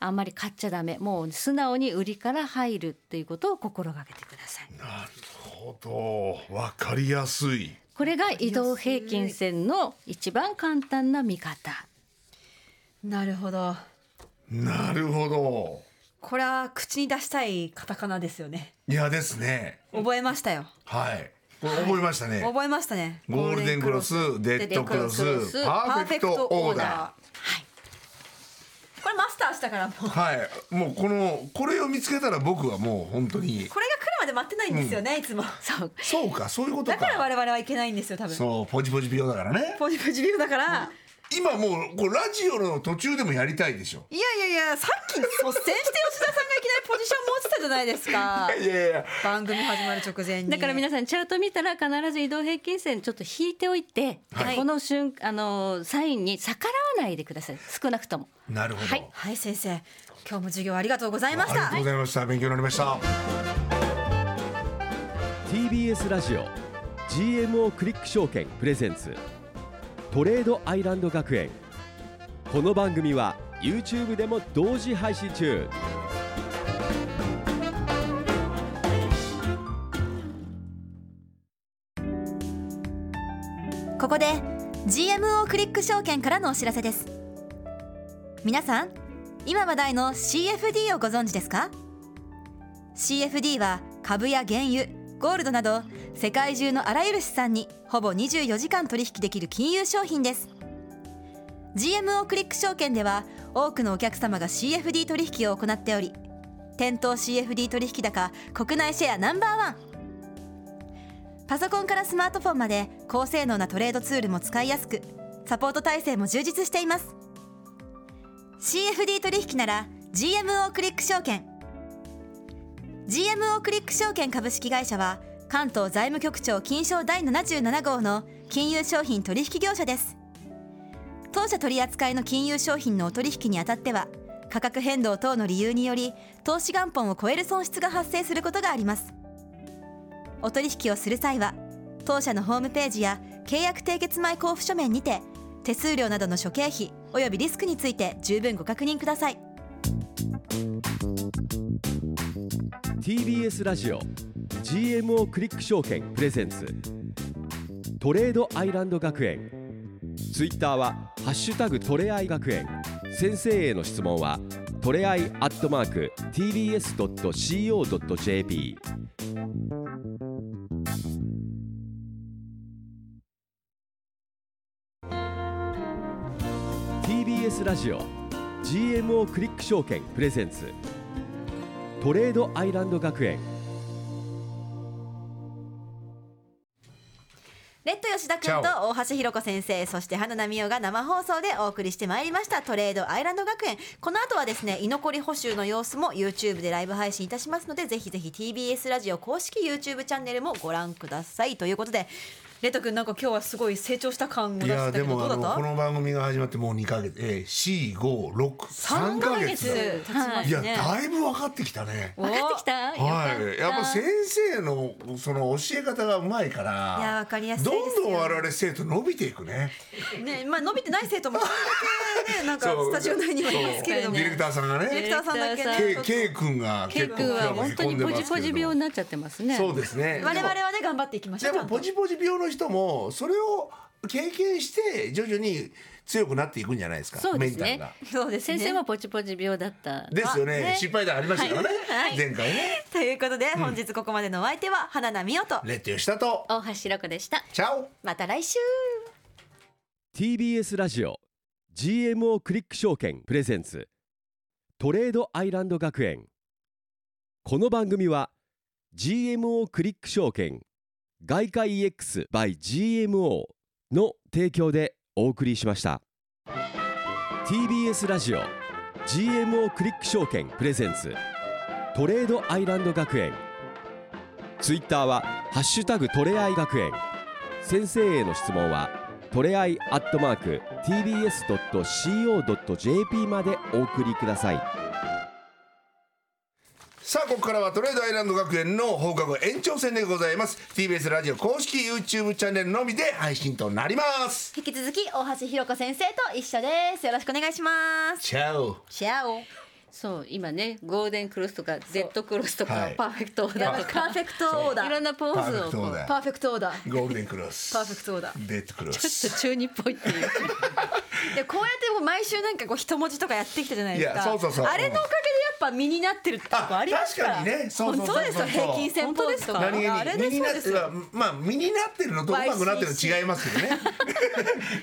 Speaker 4: あんまり買っちゃダメもう素直に売りから入るっていうことを心がけてください。
Speaker 2: なるほどわかりやすい
Speaker 4: これが移動平均線の一番簡単な見方。
Speaker 3: なるほど
Speaker 2: なるほど
Speaker 3: これは口に出したいカタカナですよね
Speaker 2: いやですね
Speaker 3: 覚えましたよ
Speaker 2: はいこれ覚えましたね、
Speaker 3: 覚えましたね
Speaker 2: ゴールデンクロスデッドクロス
Speaker 4: デッドクロス
Speaker 2: パーフェクトオーダー
Speaker 3: はいこれマスターしたからもうこれが
Speaker 2: はいもうこのこれを見つけたら僕はもう本当に
Speaker 3: 来るまで待ってないんですよね、いつも
Speaker 4: そう
Speaker 2: そうかそういうこと
Speaker 3: だ
Speaker 2: か
Speaker 3: から我々はいけないんですよ多分
Speaker 2: そうポジポジ病だからね
Speaker 3: ポジポジビューだから、
Speaker 2: 今もうこうラジオの途中でもやりたいでしょ
Speaker 3: いやいやいやさっき率先して吉田さんがいきなりポジション持ってたじゃないです か
Speaker 2: いやいや
Speaker 3: 番組始まる直前に
Speaker 4: だから皆
Speaker 3: さ
Speaker 4: さんチャート見たら必ず移動平均線ちょっと引いておいて、
Speaker 3: はい
Speaker 4: この瞬あのサインに逆らわないでください少なくとも。
Speaker 2: なるほど、
Speaker 4: はい
Speaker 3: んはい先生今日も授業ありがとうございま
Speaker 2: あ
Speaker 3: し
Speaker 2: りが
Speaker 3: た
Speaker 2: とうございました勉強になりました、
Speaker 1: TBS ラジオ GMO クリック証券プレゼンツトレードアイランド学園この番組は YouTube でも同時配信中
Speaker 3: ここで GMO クリック証券からのお知らせです皆さん今話題の CFD をご存知ですか CFD は株や原油ゴールドなど世界中のあらゆる資産にほぼ24時間取引できる金融商品です GMO クリック証券では多くのお客様が CFD 取引を行っており店頭 CFD 取引高国内シェアナンバーワンパソコンからスマートフォンまで高性能なトレードツールも使いやすくサポート体制も充実しています CFD 取引なら GMO クリック証券 GMO クリック証券株式会社は関東財務局長金賞第77号の金融商品取引業者です当社取扱いの金融商品のお取引にあたっては価格変動等の理由により投資元本を超える損失が発生することがありますお取引をする際は当社のホームページや契約締結前交付書面にて手数料などの諸経費およびリスクについて十分ご確認ください
Speaker 1: TBS ラジオ GMO クリック証券プレゼンツトレードアイランド学園ツイッターは「ハッシュタグトレアイ学園」先生への質問はトレアイアットマーク TBS.CO.JP TBS ラジオ GMO クリック証券プレゼンツトレードアイランド学園
Speaker 3: レッド吉田君と大橋ひろ子先生そして花奈美代が生放送でお送りしてまいりましたトレードアイランド学園この後はですね居残り補修の様子も YouTube でライブ配信いたしますのでぜひぜひ TBS ラジオ公式 YouTube チャンネルもご覧くださいということでレッド君なんか今日はすごい成長した感が
Speaker 2: い
Speaker 3: 出
Speaker 2: や
Speaker 3: たけ
Speaker 2: で
Speaker 3: どど
Speaker 2: も
Speaker 3: う
Speaker 2: あ
Speaker 3: だっ
Speaker 2: の
Speaker 3: た
Speaker 2: この番組が始まってもう2か月えー、456 3ヶ月
Speaker 3: 三
Speaker 4: 月
Speaker 3: だ
Speaker 2: いやだいぶ分かってきたね
Speaker 3: お
Speaker 4: 分かって きた。よか
Speaker 2: は
Speaker 4: った
Speaker 2: い、やっぱ先生のその教え方がうまいから
Speaker 3: いやわかりやすいですよ
Speaker 2: どんどん我々生徒伸びていくね
Speaker 3: ね、まあ伸びてない生徒もこんだけね、なんか
Speaker 2: そう
Speaker 3: スタジオ内にはいますけれども、
Speaker 2: ディレクターさんが
Speaker 3: ディレク
Speaker 2: ね
Speaker 3: ターさんだけ
Speaker 4: ディ
Speaker 3: ね
Speaker 2: ケ
Speaker 4: レ
Speaker 3: ちょっと、
Speaker 2: ケイ君が
Speaker 4: ケイ
Speaker 2: 結構
Speaker 4: 君は本当にポジポジ病に
Speaker 2: な
Speaker 4: なっちゃってますね。
Speaker 2: そうですね
Speaker 3: 我々はね頑張っていきましょ
Speaker 2: で
Speaker 3: う。
Speaker 2: もポジポジ病の人もそれを経験して徐々に強くなっていくんじゃないですか
Speaker 4: そうです
Speaker 2: メン
Speaker 4: ね
Speaker 2: タルが。
Speaker 3: そうですね
Speaker 4: 先生もポチポチ病だった
Speaker 2: ですよね
Speaker 4: あ
Speaker 2: 失敗談ありましたからね、前回ね
Speaker 3: ということで本日ここまでのお相手は花奈美桜と
Speaker 2: レッド吉田と
Speaker 4: 大橋ロコでした
Speaker 2: チャオ
Speaker 3: また来週
Speaker 1: TBS ラジオ GMO クリック証券プレゼンツトレードアイランド学園この番組は GMO クリック証券外貨 EX by GMO の提供でお送りしました TBS ラジオ GMO クリック証券プレゼンツトレードアイランド学園ツイッターは「ハッシュタグトレアイ学園」先生への質問はトレアイアットマーク TBS.CO.JP までお送りください
Speaker 2: さあここからはトレードアイランド学園の放課後延長戦でございます TBS ラジオ公式 YouTube チャンネルのみで配信となります
Speaker 3: 引き続き大橋ひろ子先生と一緒ですよろしくお願いします
Speaker 2: チャオ
Speaker 3: シェアを
Speaker 4: そう今ねゴールデンクロスとか Z クロスと
Speaker 2: は
Speaker 4: か
Speaker 2: い
Speaker 4: パーフェクトオーダーと
Speaker 3: パー
Speaker 4: か
Speaker 3: フェクトオーダ
Speaker 4: いろん
Speaker 3: ー
Speaker 4: なポーズをこう
Speaker 2: パーフェクトオーダーゴ
Speaker 3: パーフェクトオーダー
Speaker 2: ールデンクロス
Speaker 3: パーフェクトオーダー
Speaker 2: デッドクロ
Speaker 4: ちょっ
Speaker 2: ス
Speaker 4: と中二っぽいっていう
Speaker 3: いやこうやってもう毎週なんかこう一文字とかやってきたじゃないですか
Speaker 2: いやそうそうそう
Speaker 3: あれのおかげでやっぱ身になってるってとこありますから
Speaker 2: あ確かにねそうそうそうそう
Speaker 3: 本当ですよ平均線ポーズとか
Speaker 2: 何気
Speaker 3: あれ
Speaker 2: に身
Speaker 3: で
Speaker 2: に
Speaker 3: そ
Speaker 2: なっ
Speaker 3: うです
Speaker 2: て
Speaker 3: よ
Speaker 2: はまあ身になってるのとうまくなってるの違いますけどね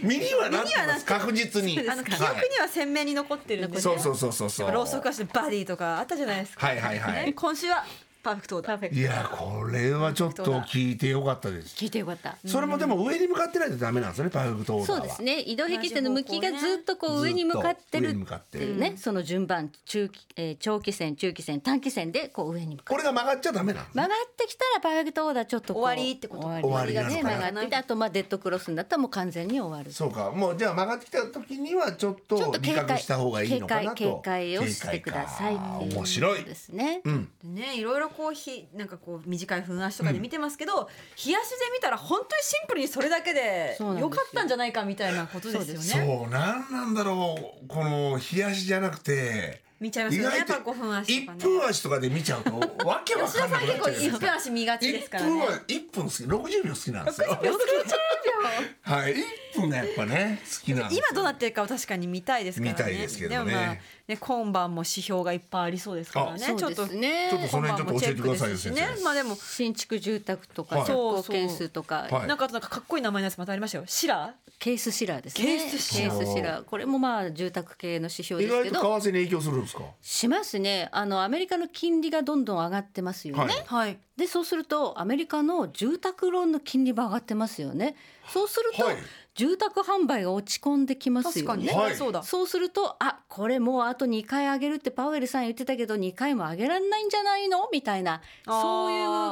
Speaker 2: 身にはなってます確実に
Speaker 3: あの記憶
Speaker 2: はい
Speaker 3: には鮮明に残ってるんで、ね、
Speaker 2: そうそうそうそうそう
Speaker 3: ローソク足のバディとかあったじゃないですか、
Speaker 2: はいはいはい
Speaker 3: ね今週はパーフェクトオーダー
Speaker 4: フェク
Speaker 2: いやこれはちょっと聞いてよかったです
Speaker 4: 聞いてよか った
Speaker 2: それもでも上に向かってないとダメなんですねパーフェクトオーダー
Speaker 4: そ
Speaker 2: は
Speaker 4: うですね移動平均線の向きがずっとこう上に向かって
Speaker 2: ずっと
Speaker 4: る
Speaker 2: 上に向かってる
Speaker 4: ねその順番中期、えー長期線中期線短期線でこう上に向か
Speaker 2: こ
Speaker 4: って
Speaker 2: れが曲がっちゃダメなんですね
Speaker 4: 曲がってきたらパーフェクトオーダーちょっとこう
Speaker 3: 終わりってこと
Speaker 4: 終
Speaker 2: 終
Speaker 4: わ
Speaker 2: わ
Speaker 4: り
Speaker 2: り
Speaker 4: が
Speaker 2: なの
Speaker 4: ね
Speaker 2: かな
Speaker 4: 曲がっててあとまあデッドクロスになったらもう完全に終わる
Speaker 2: そうかもうじゃあ曲がってきた時にはちょっ
Speaker 4: ちょ
Speaker 2: と
Speaker 4: っと
Speaker 2: 理
Speaker 4: 警
Speaker 2: 覚
Speaker 4: 戒
Speaker 2: した方がいい
Speaker 4: 警
Speaker 2: のか
Speaker 4: 戒
Speaker 2: なと
Speaker 4: 警戒をしてください
Speaker 2: 警戒
Speaker 4: っていう
Speaker 2: か面白い
Speaker 4: ですね、
Speaker 2: うん
Speaker 3: ねいろいろこうひなんかこう短い分足とかで見てますけど、冷やしで見たら本当にシンプルにそれだけで
Speaker 4: そうなんですよ
Speaker 3: よかったんじゃないかみたいなことですよね
Speaker 2: そうなんなんだろうこの冷やしじゃなくて
Speaker 3: 見ちゃいますよねやっぱ5分足
Speaker 2: 一
Speaker 3: とかね
Speaker 2: 分足とかで見ちゃうとわけわ
Speaker 3: 吉田
Speaker 2: かんな
Speaker 3: さん
Speaker 2: くな
Speaker 3: 結
Speaker 2: っちゃうじゃないで
Speaker 3: 構一
Speaker 2: すか
Speaker 3: 分足見がちですから
Speaker 2: 1
Speaker 3: ね
Speaker 2: 分は一分好き60秒好きなんですよ
Speaker 3: 秒好きじゃん
Speaker 2: はい一分がやっぱね好きなんですよ
Speaker 3: 今どうなってるかを確かに見たいですからね
Speaker 2: 見たいですけどね
Speaker 3: もまあね今晩も指標がいっぱいありそうですからね
Speaker 4: そう
Speaker 3: ちょっ
Speaker 4: で
Speaker 3: と
Speaker 4: すね
Speaker 2: ちょっとその辺ちょっと教えてくださいよ
Speaker 3: 今晩もチェックですし
Speaker 2: 先
Speaker 3: ね
Speaker 2: 生
Speaker 3: まあでも
Speaker 4: 新築住宅とか
Speaker 2: はい
Speaker 4: 着工件数とか、
Speaker 2: そうはい
Speaker 3: なんかあとなんかかっこいい名前のやつまたありましたよシラー
Speaker 4: ケースシラーですね
Speaker 3: ケースシ
Speaker 2: ラー
Speaker 4: ケースシラーこれもまあ住宅系の指標
Speaker 2: 意
Speaker 4: です
Speaker 2: 外
Speaker 4: け
Speaker 2: と為
Speaker 4: ど
Speaker 2: 替に影響するんですか
Speaker 4: しますねあのアメリカの金利がどんどん上がってますよね、
Speaker 2: はい
Speaker 3: はい
Speaker 4: でそうするとアメリカの住宅ローンの金利も上がってますよねそうすると、
Speaker 2: はい
Speaker 4: 住宅販売が落ち込んできます
Speaker 3: 確
Speaker 4: よ
Speaker 3: かにね、
Speaker 4: ね
Speaker 2: はい
Speaker 3: そうだ
Speaker 4: そうするとあこれもうあと2回上げるってパウエルさん言ってたけど2回も上げられないんじゃないのみたいな
Speaker 3: あー
Speaker 4: そ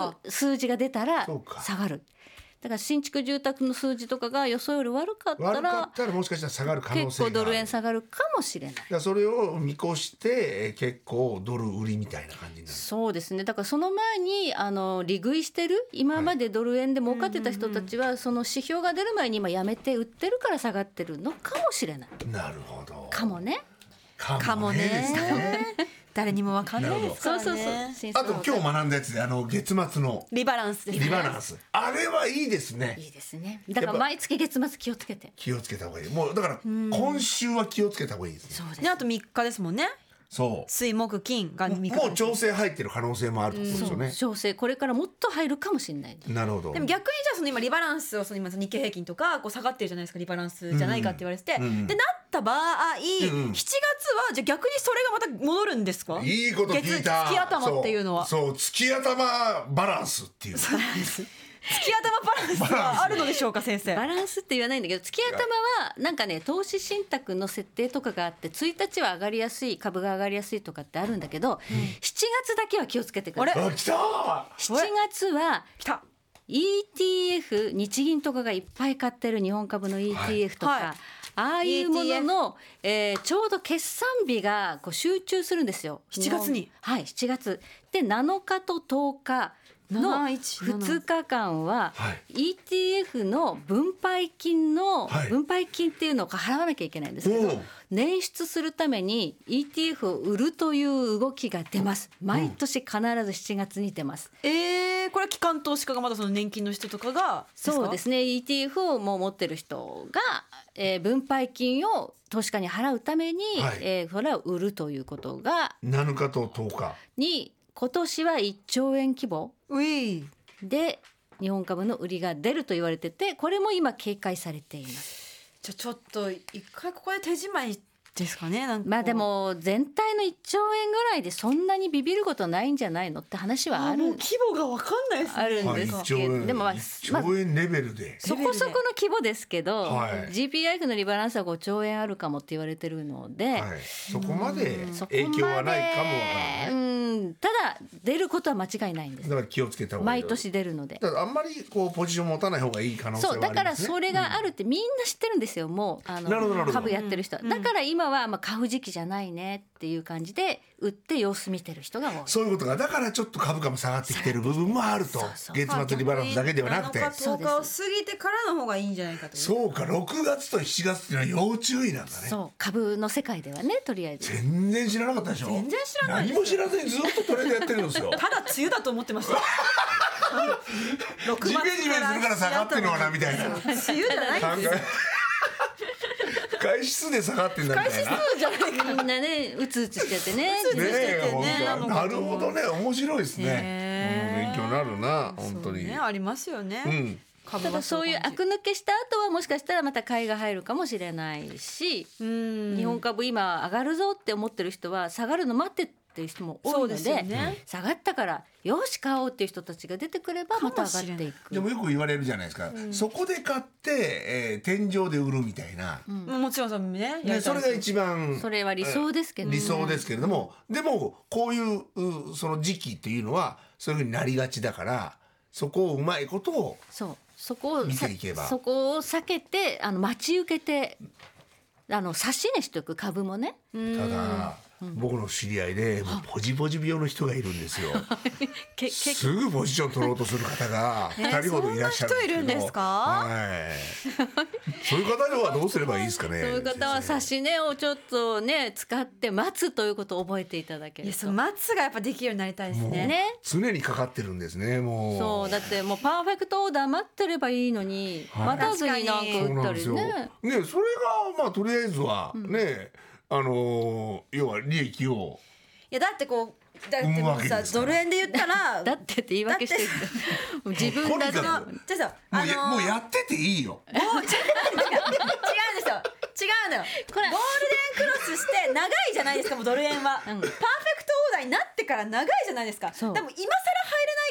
Speaker 4: ういう数字が出たら
Speaker 2: そうか
Speaker 4: 下がるだから新築住宅の数字とかが予想より悪かった
Speaker 2: 悪か
Speaker 4: ら
Speaker 2: ったらもしかしたら下がる可能
Speaker 4: 結
Speaker 2: 性があ
Speaker 4: 構
Speaker 2: る
Speaker 4: ドル円下がるかもしれない。
Speaker 2: だからそれを見越してえー結構ドル売りみたいな感じになる
Speaker 4: そうですねだからその前にあの利食いしてる今までドル円で儲かってた人たちはその指標が出る前に今やめて売ってるから下がってるのかもしれない
Speaker 2: なるほど
Speaker 4: かもね
Speaker 2: かもねですね
Speaker 3: 誰にもわかんないですか
Speaker 4: そ
Speaker 3: ら
Speaker 4: う
Speaker 3: ね
Speaker 4: そうそう
Speaker 2: あと今日学んだやつであの月末の
Speaker 3: リバランスですね
Speaker 2: リバランスあれはいいですね
Speaker 4: いいですねだか
Speaker 2: やっぱ
Speaker 4: ら毎月月末気をつけて
Speaker 2: 気をつけた方がいいもうだから今週は気をつけた方がいいですね
Speaker 4: そうです
Speaker 3: ねあと3日ですもんね
Speaker 2: そう
Speaker 3: 水木金が3日
Speaker 2: もう調整入ってる可能性もあるってことですよ
Speaker 4: 調整これからもっと入るかもしれない
Speaker 2: ねなるほど
Speaker 3: でも逆にじゃあその今リバランスをその今日経平均とかこう下がってるじゃないですかリバランスじゃないかって言われてて、
Speaker 2: うんうん
Speaker 3: でなった場合、
Speaker 2: うんうん
Speaker 3: 7月はじゃあ逆にそれがまた戻るんですか
Speaker 2: いいこと聞いた
Speaker 3: 月月頭っていうのは
Speaker 2: そうそう月頭バランスっていう
Speaker 3: バランス月頭バランスはあるのでしょうか先生
Speaker 4: バランスって言わないんだけど月頭はなんかね投資信託の設定とかがあって1日は上がりやすい株が上がりやすいとかってあるんだけど、7月だけは気をつけてください
Speaker 3: あれ
Speaker 2: あ来た
Speaker 4: 7月は
Speaker 3: きた
Speaker 4: ETF 日銀とかがいっぱい買ってる日本株の ETF とか、
Speaker 3: はい
Speaker 4: ああいうものの、えーちょうど決算日がこう集中するんですよ
Speaker 3: 7月に
Speaker 4: 日本はい7月で7日と10日の
Speaker 5: 7177
Speaker 4: 2日間は
Speaker 2: は
Speaker 4: ETF の分配金の
Speaker 2: はい
Speaker 4: 分配金っていうのを払わなきゃいけないんですけ
Speaker 2: お
Speaker 4: ど
Speaker 2: う
Speaker 4: 捻出するために ETF を売るという動きが出ます毎年必ず7月に出ます
Speaker 3: えー、これは機関投資家がまだその年金の人とかが
Speaker 4: そうです
Speaker 3: か
Speaker 4: ね ETF をもう持ってる人が、えー分配金を投資家に払うために、
Speaker 2: はい
Speaker 4: えーそれを売るということが
Speaker 2: 7日と10日
Speaker 4: に今年は1兆円規模
Speaker 3: うい
Speaker 4: で日本株の売りが出ると言われててこれも今警戒されています
Speaker 5: じゃあちょっと一回ここで手締まいですかねなんかこう
Speaker 4: まあでも全体の1兆円ぐらいでそんなにビビることないんじゃないのって話は
Speaker 3: あも
Speaker 4: あ
Speaker 3: う
Speaker 4: る
Speaker 3: 規模がわかんないですね
Speaker 4: あるん
Speaker 2: はい
Speaker 4: で
Speaker 2: 1
Speaker 4: す
Speaker 2: 兆
Speaker 4: けど
Speaker 2: 円
Speaker 4: でもまあま
Speaker 2: 1
Speaker 4: あ
Speaker 2: 兆円レベルで
Speaker 4: そこそこの規模ですけど、
Speaker 2: はい
Speaker 4: GPIF のリバランスは5兆円あるかもって言われてるの
Speaker 2: は
Speaker 4: で、
Speaker 2: いそこまで
Speaker 4: そこまで
Speaker 2: 影響はないかもわからない
Speaker 4: うんただ出ることは間違いないん
Speaker 2: だ
Speaker 4: です
Speaker 2: から気をつけた方がいいよ
Speaker 4: 毎年出るので
Speaker 2: だからあんまりこうポジション持たない方がいい可能性はあ
Speaker 4: そ
Speaker 2: り
Speaker 4: う
Speaker 2: ます
Speaker 4: だ
Speaker 2: ね
Speaker 4: からそれがあるってみんな知ってるんですよもう
Speaker 2: な
Speaker 4: あ
Speaker 2: るほどなるほ
Speaker 4: の
Speaker 2: ど
Speaker 4: 株やってる人はだから今はまあ買う時期じゃないねっていう感じで売って様子見てる人が多い
Speaker 2: そういうことがだからちょっと株価も下がってきてる部分もあると
Speaker 4: そうそう
Speaker 2: 月末リバランスだけではなくて
Speaker 3: 7日10日を過ぎてからの方がいいんじゃないか という
Speaker 2: そうか6月と7月っていうのは要注意なんだね
Speaker 4: そう株の世界ではねとりあえず
Speaker 2: 全然知らなかったでしょ
Speaker 3: 全然知らないです
Speaker 2: 何も知らずにずっとトレードやってるん ですよ
Speaker 3: ただ梅雨だと思ってました6
Speaker 2: ジメジメするから下がってるのかな みたいな考
Speaker 3: 梅雨じゃないんですよ
Speaker 2: え 外出で下がってんだみたいなね
Speaker 4: みんなねうつうつしちゃってね
Speaker 3: うつうつして
Speaker 2: え
Speaker 3: てね
Speaker 2: 本当なるほどね面白いですね
Speaker 3: ねえ
Speaker 2: うん勉強になるな本当に
Speaker 3: ねありますよね、
Speaker 2: うん
Speaker 3: 株
Speaker 4: た
Speaker 3: は
Speaker 4: だそうい
Speaker 3: 感
Speaker 4: う
Speaker 3: じ
Speaker 4: 悪抜けした後はもしかしたらまた買いが入るかもしれないし
Speaker 3: うん
Speaker 4: 日本株今上がるぞって思ってる人は下がるの待ってっていう人も多い
Speaker 3: そ
Speaker 4: の
Speaker 3: う
Speaker 4: で
Speaker 3: ですよね
Speaker 4: 下がったからよし買おうっていう人たちが出てくればまた上がっていく
Speaker 2: でもよく言われるじゃないですかそこで買ってえー天井で売るみたいな
Speaker 3: もちろんそのねや
Speaker 2: ね
Speaker 3: りた
Speaker 2: そ
Speaker 3: い
Speaker 2: れが
Speaker 3: ですよ
Speaker 2: 一番
Speaker 4: それは理想ですけど、
Speaker 2: 理想ですけれども、でもこういううその時期っていうのはそういうふうになりがちだからそこをうまいことを
Speaker 4: そうそこを
Speaker 2: 見
Speaker 4: さ
Speaker 2: ていけば
Speaker 4: そこを避けてあの待ち受けてあの差し値しておく株もね
Speaker 2: ただ、僕の知り合いでもうポジポジ病の人がいるんですよ。
Speaker 4: けけ
Speaker 2: すぐポジション取ろうとする方 が2人ほどいらっしゃる
Speaker 3: そんな人いるんですか
Speaker 2: はい、そういう方にはどうすればいいですかね
Speaker 4: そういう方は
Speaker 2: 先生
Speaker 4: 差し値をちょっとね使って待つということを覚えていただけ
Speaker 3: い
Speaker 4: る
Speaker 3: やそ
Speaker 4: と
Speaker 3: の松がやっぱできるようになりたいですね
Speaker 4: ね
Speaker 2: 常にかかってるんですねもう
Speaker 4: そうだってもうパーフェクトオーダー待ってればいいのに、
Speaker 2: はい
Speaker 4: 待たずになんか
Speaker 2: そう
Speaker 4: 打っ
Speaker 2: な
Speaker 4: た
Speaker 2: んです
Speaker 4: り
Speaker 2: よ。
Speaker 4: ね
Speaker 2: ね。それがまあとりあえずはね、あのー要は利益を
Speaker 3: いやだってこうだってもう
Speaker 2: 生むわけで
Speaker 3: さ
Speaker 2: すから
Speaker 3: ドル円で言った ら
Speaker 4: だってって言い訳してるんだよ自分だ
Speaker 2: とに
Speaker 4: っ
Speaker 2: か
Speaker 4: て
Speaker 2: く
Speaker 3: じゃあさ
Speaker 2: も
Speaker 3: あ
Speaker 2: うや,、
Speaker 3: の
Speaker 2: もうやってていいよ。
Speaker 3: 違う違う違うんですよ違うのよ
Speaker 4: これ
Speaker 3: ゴールデンクロスして長いじゃないですかもうドル円は、パーフェクトオーダーになってから長いじゃないですかで
Speaker 4: そう
Speaker 3: も今更入れな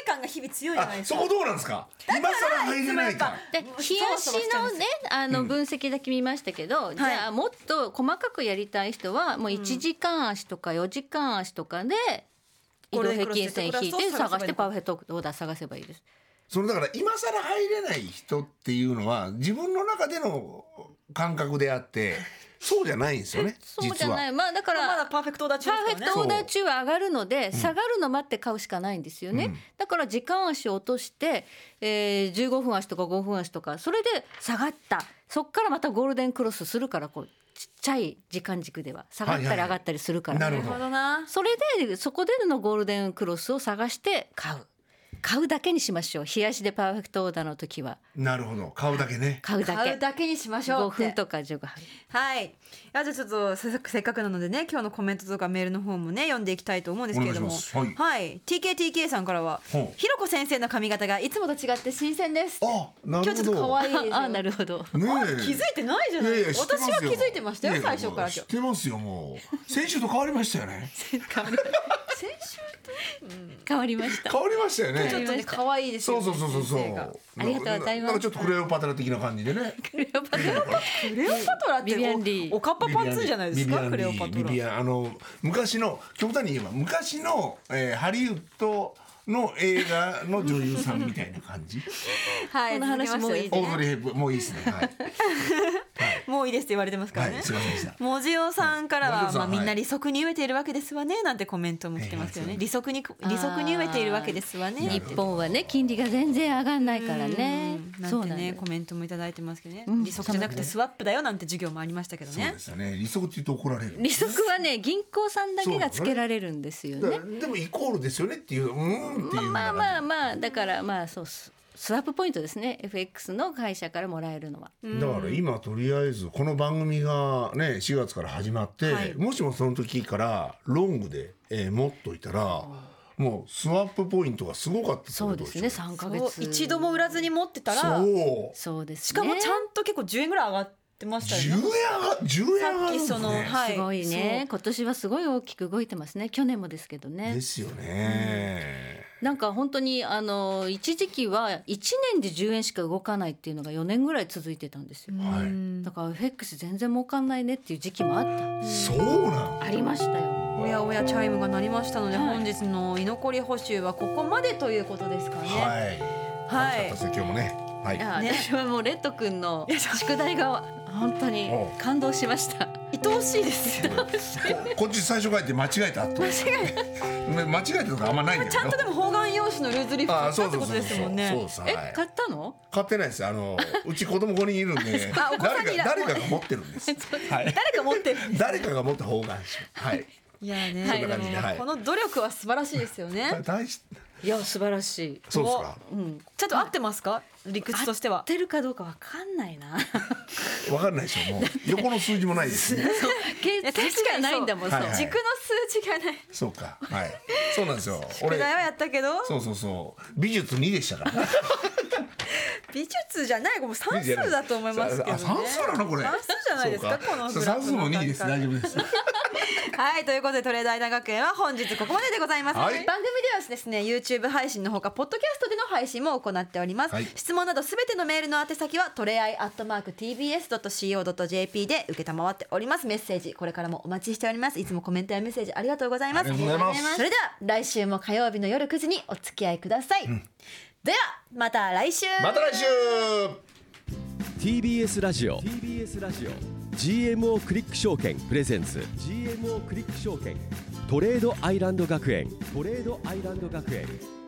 Speaker 3: い感が日々強いじゃ
Speaker 2: あ
Speaker 3: ないです
Speaker 2: そ
Speaker 3: か
Speaker 2: こどうなんですか。今更入れないか。
Speaker 4: で
Speaker 3: もう
Speaker 4: 日
Speaker 3: そわ
Speaker 4: 足
Speaker 3: そわしちゃう
Speaker 4: の
Speaker 3: ん
Speaker 4: ねあの分析だけ見ましたけど、じゃあもっと細かくやりたい人はもう1時間足とか4時間足とかで移動平均線引いて探してパーフェクトオーダー探せばいいです。
Speaker 2: そのだから今更入れない人っていうのは自分の中での感覚であ って、そうじゃないんですよね。
Speaker 4: そうじゃない
Speaker 2: い。
Speaker 4: まあだから
Speaker 3: まだパーフェクトオーダー中
Speaker 4: パー
Speaker 3: で
Speaker 4: フェ
Speaker 3: すか
Speaker 4: ク
Speaker 3: ら
Speaker 4: ト
Speaker 3: ね
Speaker 4: オーダー中は上がるので、下がるの待って買うしかないんですよね、だから時間足を落として、えー、15分足とか5分足とかそれで下がったそっからまたゴールデンクロスするからこうちっちゃい時間軸では下がっ
Speaker 2: は
Speaker 4: た
Speaker 2: い
Speaker 4: り
Speaker 2: はい
Speaker 4: 上がったりするから、
Speaker 2: なるほ
Speaker 3: なるほ
Speaker 2: ど。
Speaker 3: どな
Speaker 4: それでそこでのゴールデンクロスを探して買う買うだけにしましょう冷やしでパーフェクトオーダーの時は
Speaker 2: なるほど。顔だけね。
Speaker 4: 買うだ
Speaker 3: 買
Speaker 4: け
Speaker 3: うだけにしましょ
Speaker 4: 5
Speaker 3: うって
Speaker 4: 分とか15分
Speaker 3: はいいやじゃあちょっとせせっかくなのでね今日のコメントとかメールの方もね読んでいきたいと思うんですけれど
Speaker 2: お
Speaker 3: も
Speaker 2: 願いします
Speaker 3: はい、TKTK さんからは
Speaker 2: ほう
Speaker 3: ひろこ先生の髪型がいつもと違って新鮮です
Speaker 2: あ、な
Speaker 3: 今
Speaker 2: る
Speaker 3: 日ちょ
Speaker 2: ほ
Speaker 3: っと可
Speaker 2: ど。
Speaker 3: 愛いですよ
Speaker 4: ああなるほど
Speaker 2: ねえ
Speaker 3: 気づいてないじゃない
Speaker 2: いやいや知ってます
Speaker 3: 私
Speaker 2: よ
Speaker 3: は気づいてましたよ
Speaker 2: いやいや
Speaker 3: 最初から
Speaker 2: 知
Speaker 3: 今
Speaker 2: っ
Speaker 3: 日
Speaker 2: てますよもう先週と変わりましたよ ね
Speaker 3: 先週
Speaker 4: 変わりました
Speaker 2: 変わりましたよね
Speaker 3: ちょっとね可愛いですよ
Speaker 2: そう
Speaker 3: ね
Speaker 2: そうそうそうそう
Speaker 3: 先生が
Speaker 4: ありがとうございます
Speaker 2: なんかちょっとクレオパトラ的な感じでね
Speaker 4: クレオパトラ
Speaker 3: クレオパトラって
Speaker 4: ビビアンリー
Speaker 3: おおかっぱパンツじゃないですか
Speaker 2: ビビ
Speaker 3: クレ
Speaker 2: ア
Speaker 3: オ
Speaker 2: ンリ
Speaker 3: パ
Speaker 2: ー
Speaker 3: ト
Speaker 2: ビビ
Speaker 3: ラ
Speaker 2: アンあの昔の極端に言えば昔の、えー、ハリウッドの映画の女優さん みたいな感じ
Speaker 3: はい
Speaker 4: この話もういい
Speaker 3: 続けま
Speaker 2: オードリー・ヘップもういいですねはい
Speaker 3: しもういいですって言われてますから
Speaker 2: は
Speaker 3: ね
Speaker 2: い、すいませんでした。
Speaker 3: もじおさんから
Speaker 2: もじお
Speaker 3: は、
Speaker 2: さん
Speaker 3: まあ、
Speaker 2: はい
Speaker 3: みんな利息に飢えているわけですわねなんてコメントも来てますよね、
Speaker 2: ええ
Speaker 3: 利息に利息に飢えているわけですわね
Speaker 4: 日本はね金利が全然上がんないからね
Speaker 3: うんなん
Speaker 4: そう
Speaker 3: て
Speaker 4: なん
Speaker 3: ね
Speaker 4: です
Speaker 3: コメントもいただいてますけどね、
Speaker 4: ん
Speaker 3: 利息じゃなくてスワップだよなんて授業もありましたけど
Speaker 2: そう
Speaker 3: ね
Speaker 2: ですよね。理想って言うと怒られる。
Speaker 4: 利息はね銀行さんだけがつけられるんですよ
Speaker 2: だか
Speaker 4: ね
Speaker 2: らでもイコールですよねっていう、うーんっていうのが。
Speaker 4: まあまあまあだからまあそうススワップポイントですね FX の会社からもらえるのは
Speaker 2: だから今とりあえずこの番組がね4月から始まって、
Speaker 3: はい
Speaker 2: もしもその時からロングで、えー持っといたら、もうスワップポイントがすごかったって
Speaker 4: そ
Speaker 2: こ
Speaker 4: う
Speaker 2: と
Speaker 4: ですね
Speaker 2: しょ
Speaker 4: 三ヶ
Speaker 3: そう
Speaker 4: 月
Speaker 3: 一度も売らずに持ってたら
Speaker 2: そう
Speaker 4: そうですね
Speaker 3: しかもちゃんと結構10円ぐらい上がってました
Speaker 2: 10円
Speaker 3: よ
Speaker 2: 上
Speaker 3: ね
Speaker 2: が10円上がるんです
Speaker 3: さっきその
Speaker 2: ね、
Speaker 3: はい
Speaker 4: すごいね今年はすごい大きく動いてますね去年もですけどね
Speaker 2: ですよね、
Speaker 4: なんか本当にあの一時期は一年で10円しか動かないっていうのが四年ぐらい続いてたんですよ、
Speaker 2: は
Speaker 4: だから FX 全然儲かんないねっていう時期もあった
Speaker 2: いそうなん
Speaker 4: ありましたよ
Speaker 3: おやおやチャイムが鳴りましたので、
Speaker 4: はい
Speaker 3: 本日の居残り補修はここまでということですかね
Speaker 2: はい、
Speaker 3: は
Speaker 2: 楽しかったですね今日もねはい
Speaker 4: いや、
Speaker 3: ね
Speaker 4: 私はもうレッド君の宿題が本当に
Speaker 2: おう
Speaker 4: 感動しました。
Speaker 3: 愛おしいですよ
Speaker 2: こっち最初書いて間違えた 間違えた間違えたとかあんまないんだけ
Speaker 3: ち
Speaker 2: ど
Speaker 3: ゃんとでも方眼用紙のルーズリーフ買
Speaker 2: あ
Speaker 3: った
Speaker 2: そ
Speaker 3: っ
Speaker 2: う
Speaker 3: て
Speaker 2: そう
Speaker 3: こ
Speaker 2: そう
Speaker 3: と
Speaker 2: そう
Speaker 3: ですもん
Speaker 2: そう
Speaker 3: ね
Speaker 2: です
Speaker 4: え、
Speaker 2: はい
Speaker 4: 買ったの？
Speaker 2: 買ってないです。あのうち子供5人いるんで、
Speaker 3: あお子さんに
Speaker 2: 誰か誰
Speaker 3: だ
Speaker 2: かが持ってるん です。はい。
Speaker 3: 誰か持ってる
Speaker 2: 誰かが持った方が安心。はい。
Speaker 3: いやね、
Speaker 2: そん
Speaker 3: で
Speaker 2: な感じで
Speaker 3: も
Speaker 2: はい
Speaker 3: この努力は素晴らしいですよね。
Speaker 2: 大し
Speaker 4: いや素晴らしい。
Speaker 2: そうですか。
Speaker 3: ちゃんと合ってますか、理屈として
Speaker 4: 合
Speaker 3: は
Speaker 4: っ。てるかどうかわかんないな。
Speaker 2: わかんないでしょ。もう横の数字もないです ね。
Speaker 4: 計算しかないんだもん。
Speaker 2: いや
Speaker 4: そう
Speaker 2: 確かにそうはいはい
Speaker 3: 軸の数値がない。
Speaker 2: そうか。はい。そうなんですよ。
Speaker 3: 宿
Speaker 2: 俺
Speaker 3: 題はやったけど、
Speaker 2: そうそうそう。美術2でしたから。
Speaker 3: 美術じゃない、もう算数だと思いますけどね。
Speaker 2: あ算数なのこれ。
Speaker 3: 算数じゃないですか
Speaker 2: そう
Speaker 3: このグラ
Speaker 2: 算
Speaker 3: フ
Speaker 2: 数
Speaker 3: の
Speaker 2: も
Speaker 3: 中
Speaker 2: 2です。大丈夫 です。
Speaker 3: はい、ということでトレーダー大学園は本日ここまででございます。
Speaker 2: はい
Speaker 3: 番組ではですね、YouTube 配信のほか、ポッドキャストでの配信も行っております。
Speaker 2: はい
Speaker 3: 質問などすべてのメールの宛先はトレアイアットマーク TBS ドット CO ドット JP で受けたまわっております。メッセージこれからもお待ちしております。いつもコメントやメッセージありがとうございます。
Speaker 2: ありがとうございます
Speaker 3: それでは来週も火曜日の夜9時にお付き合いください。ではまた来週。
Speaker 2: また来週。
Speaker 1: TBS ラジオ TBS ラジオ GMO クリック証券プレゼンツ GMO クリック証券トレードアイランド学園トレードアイランド学園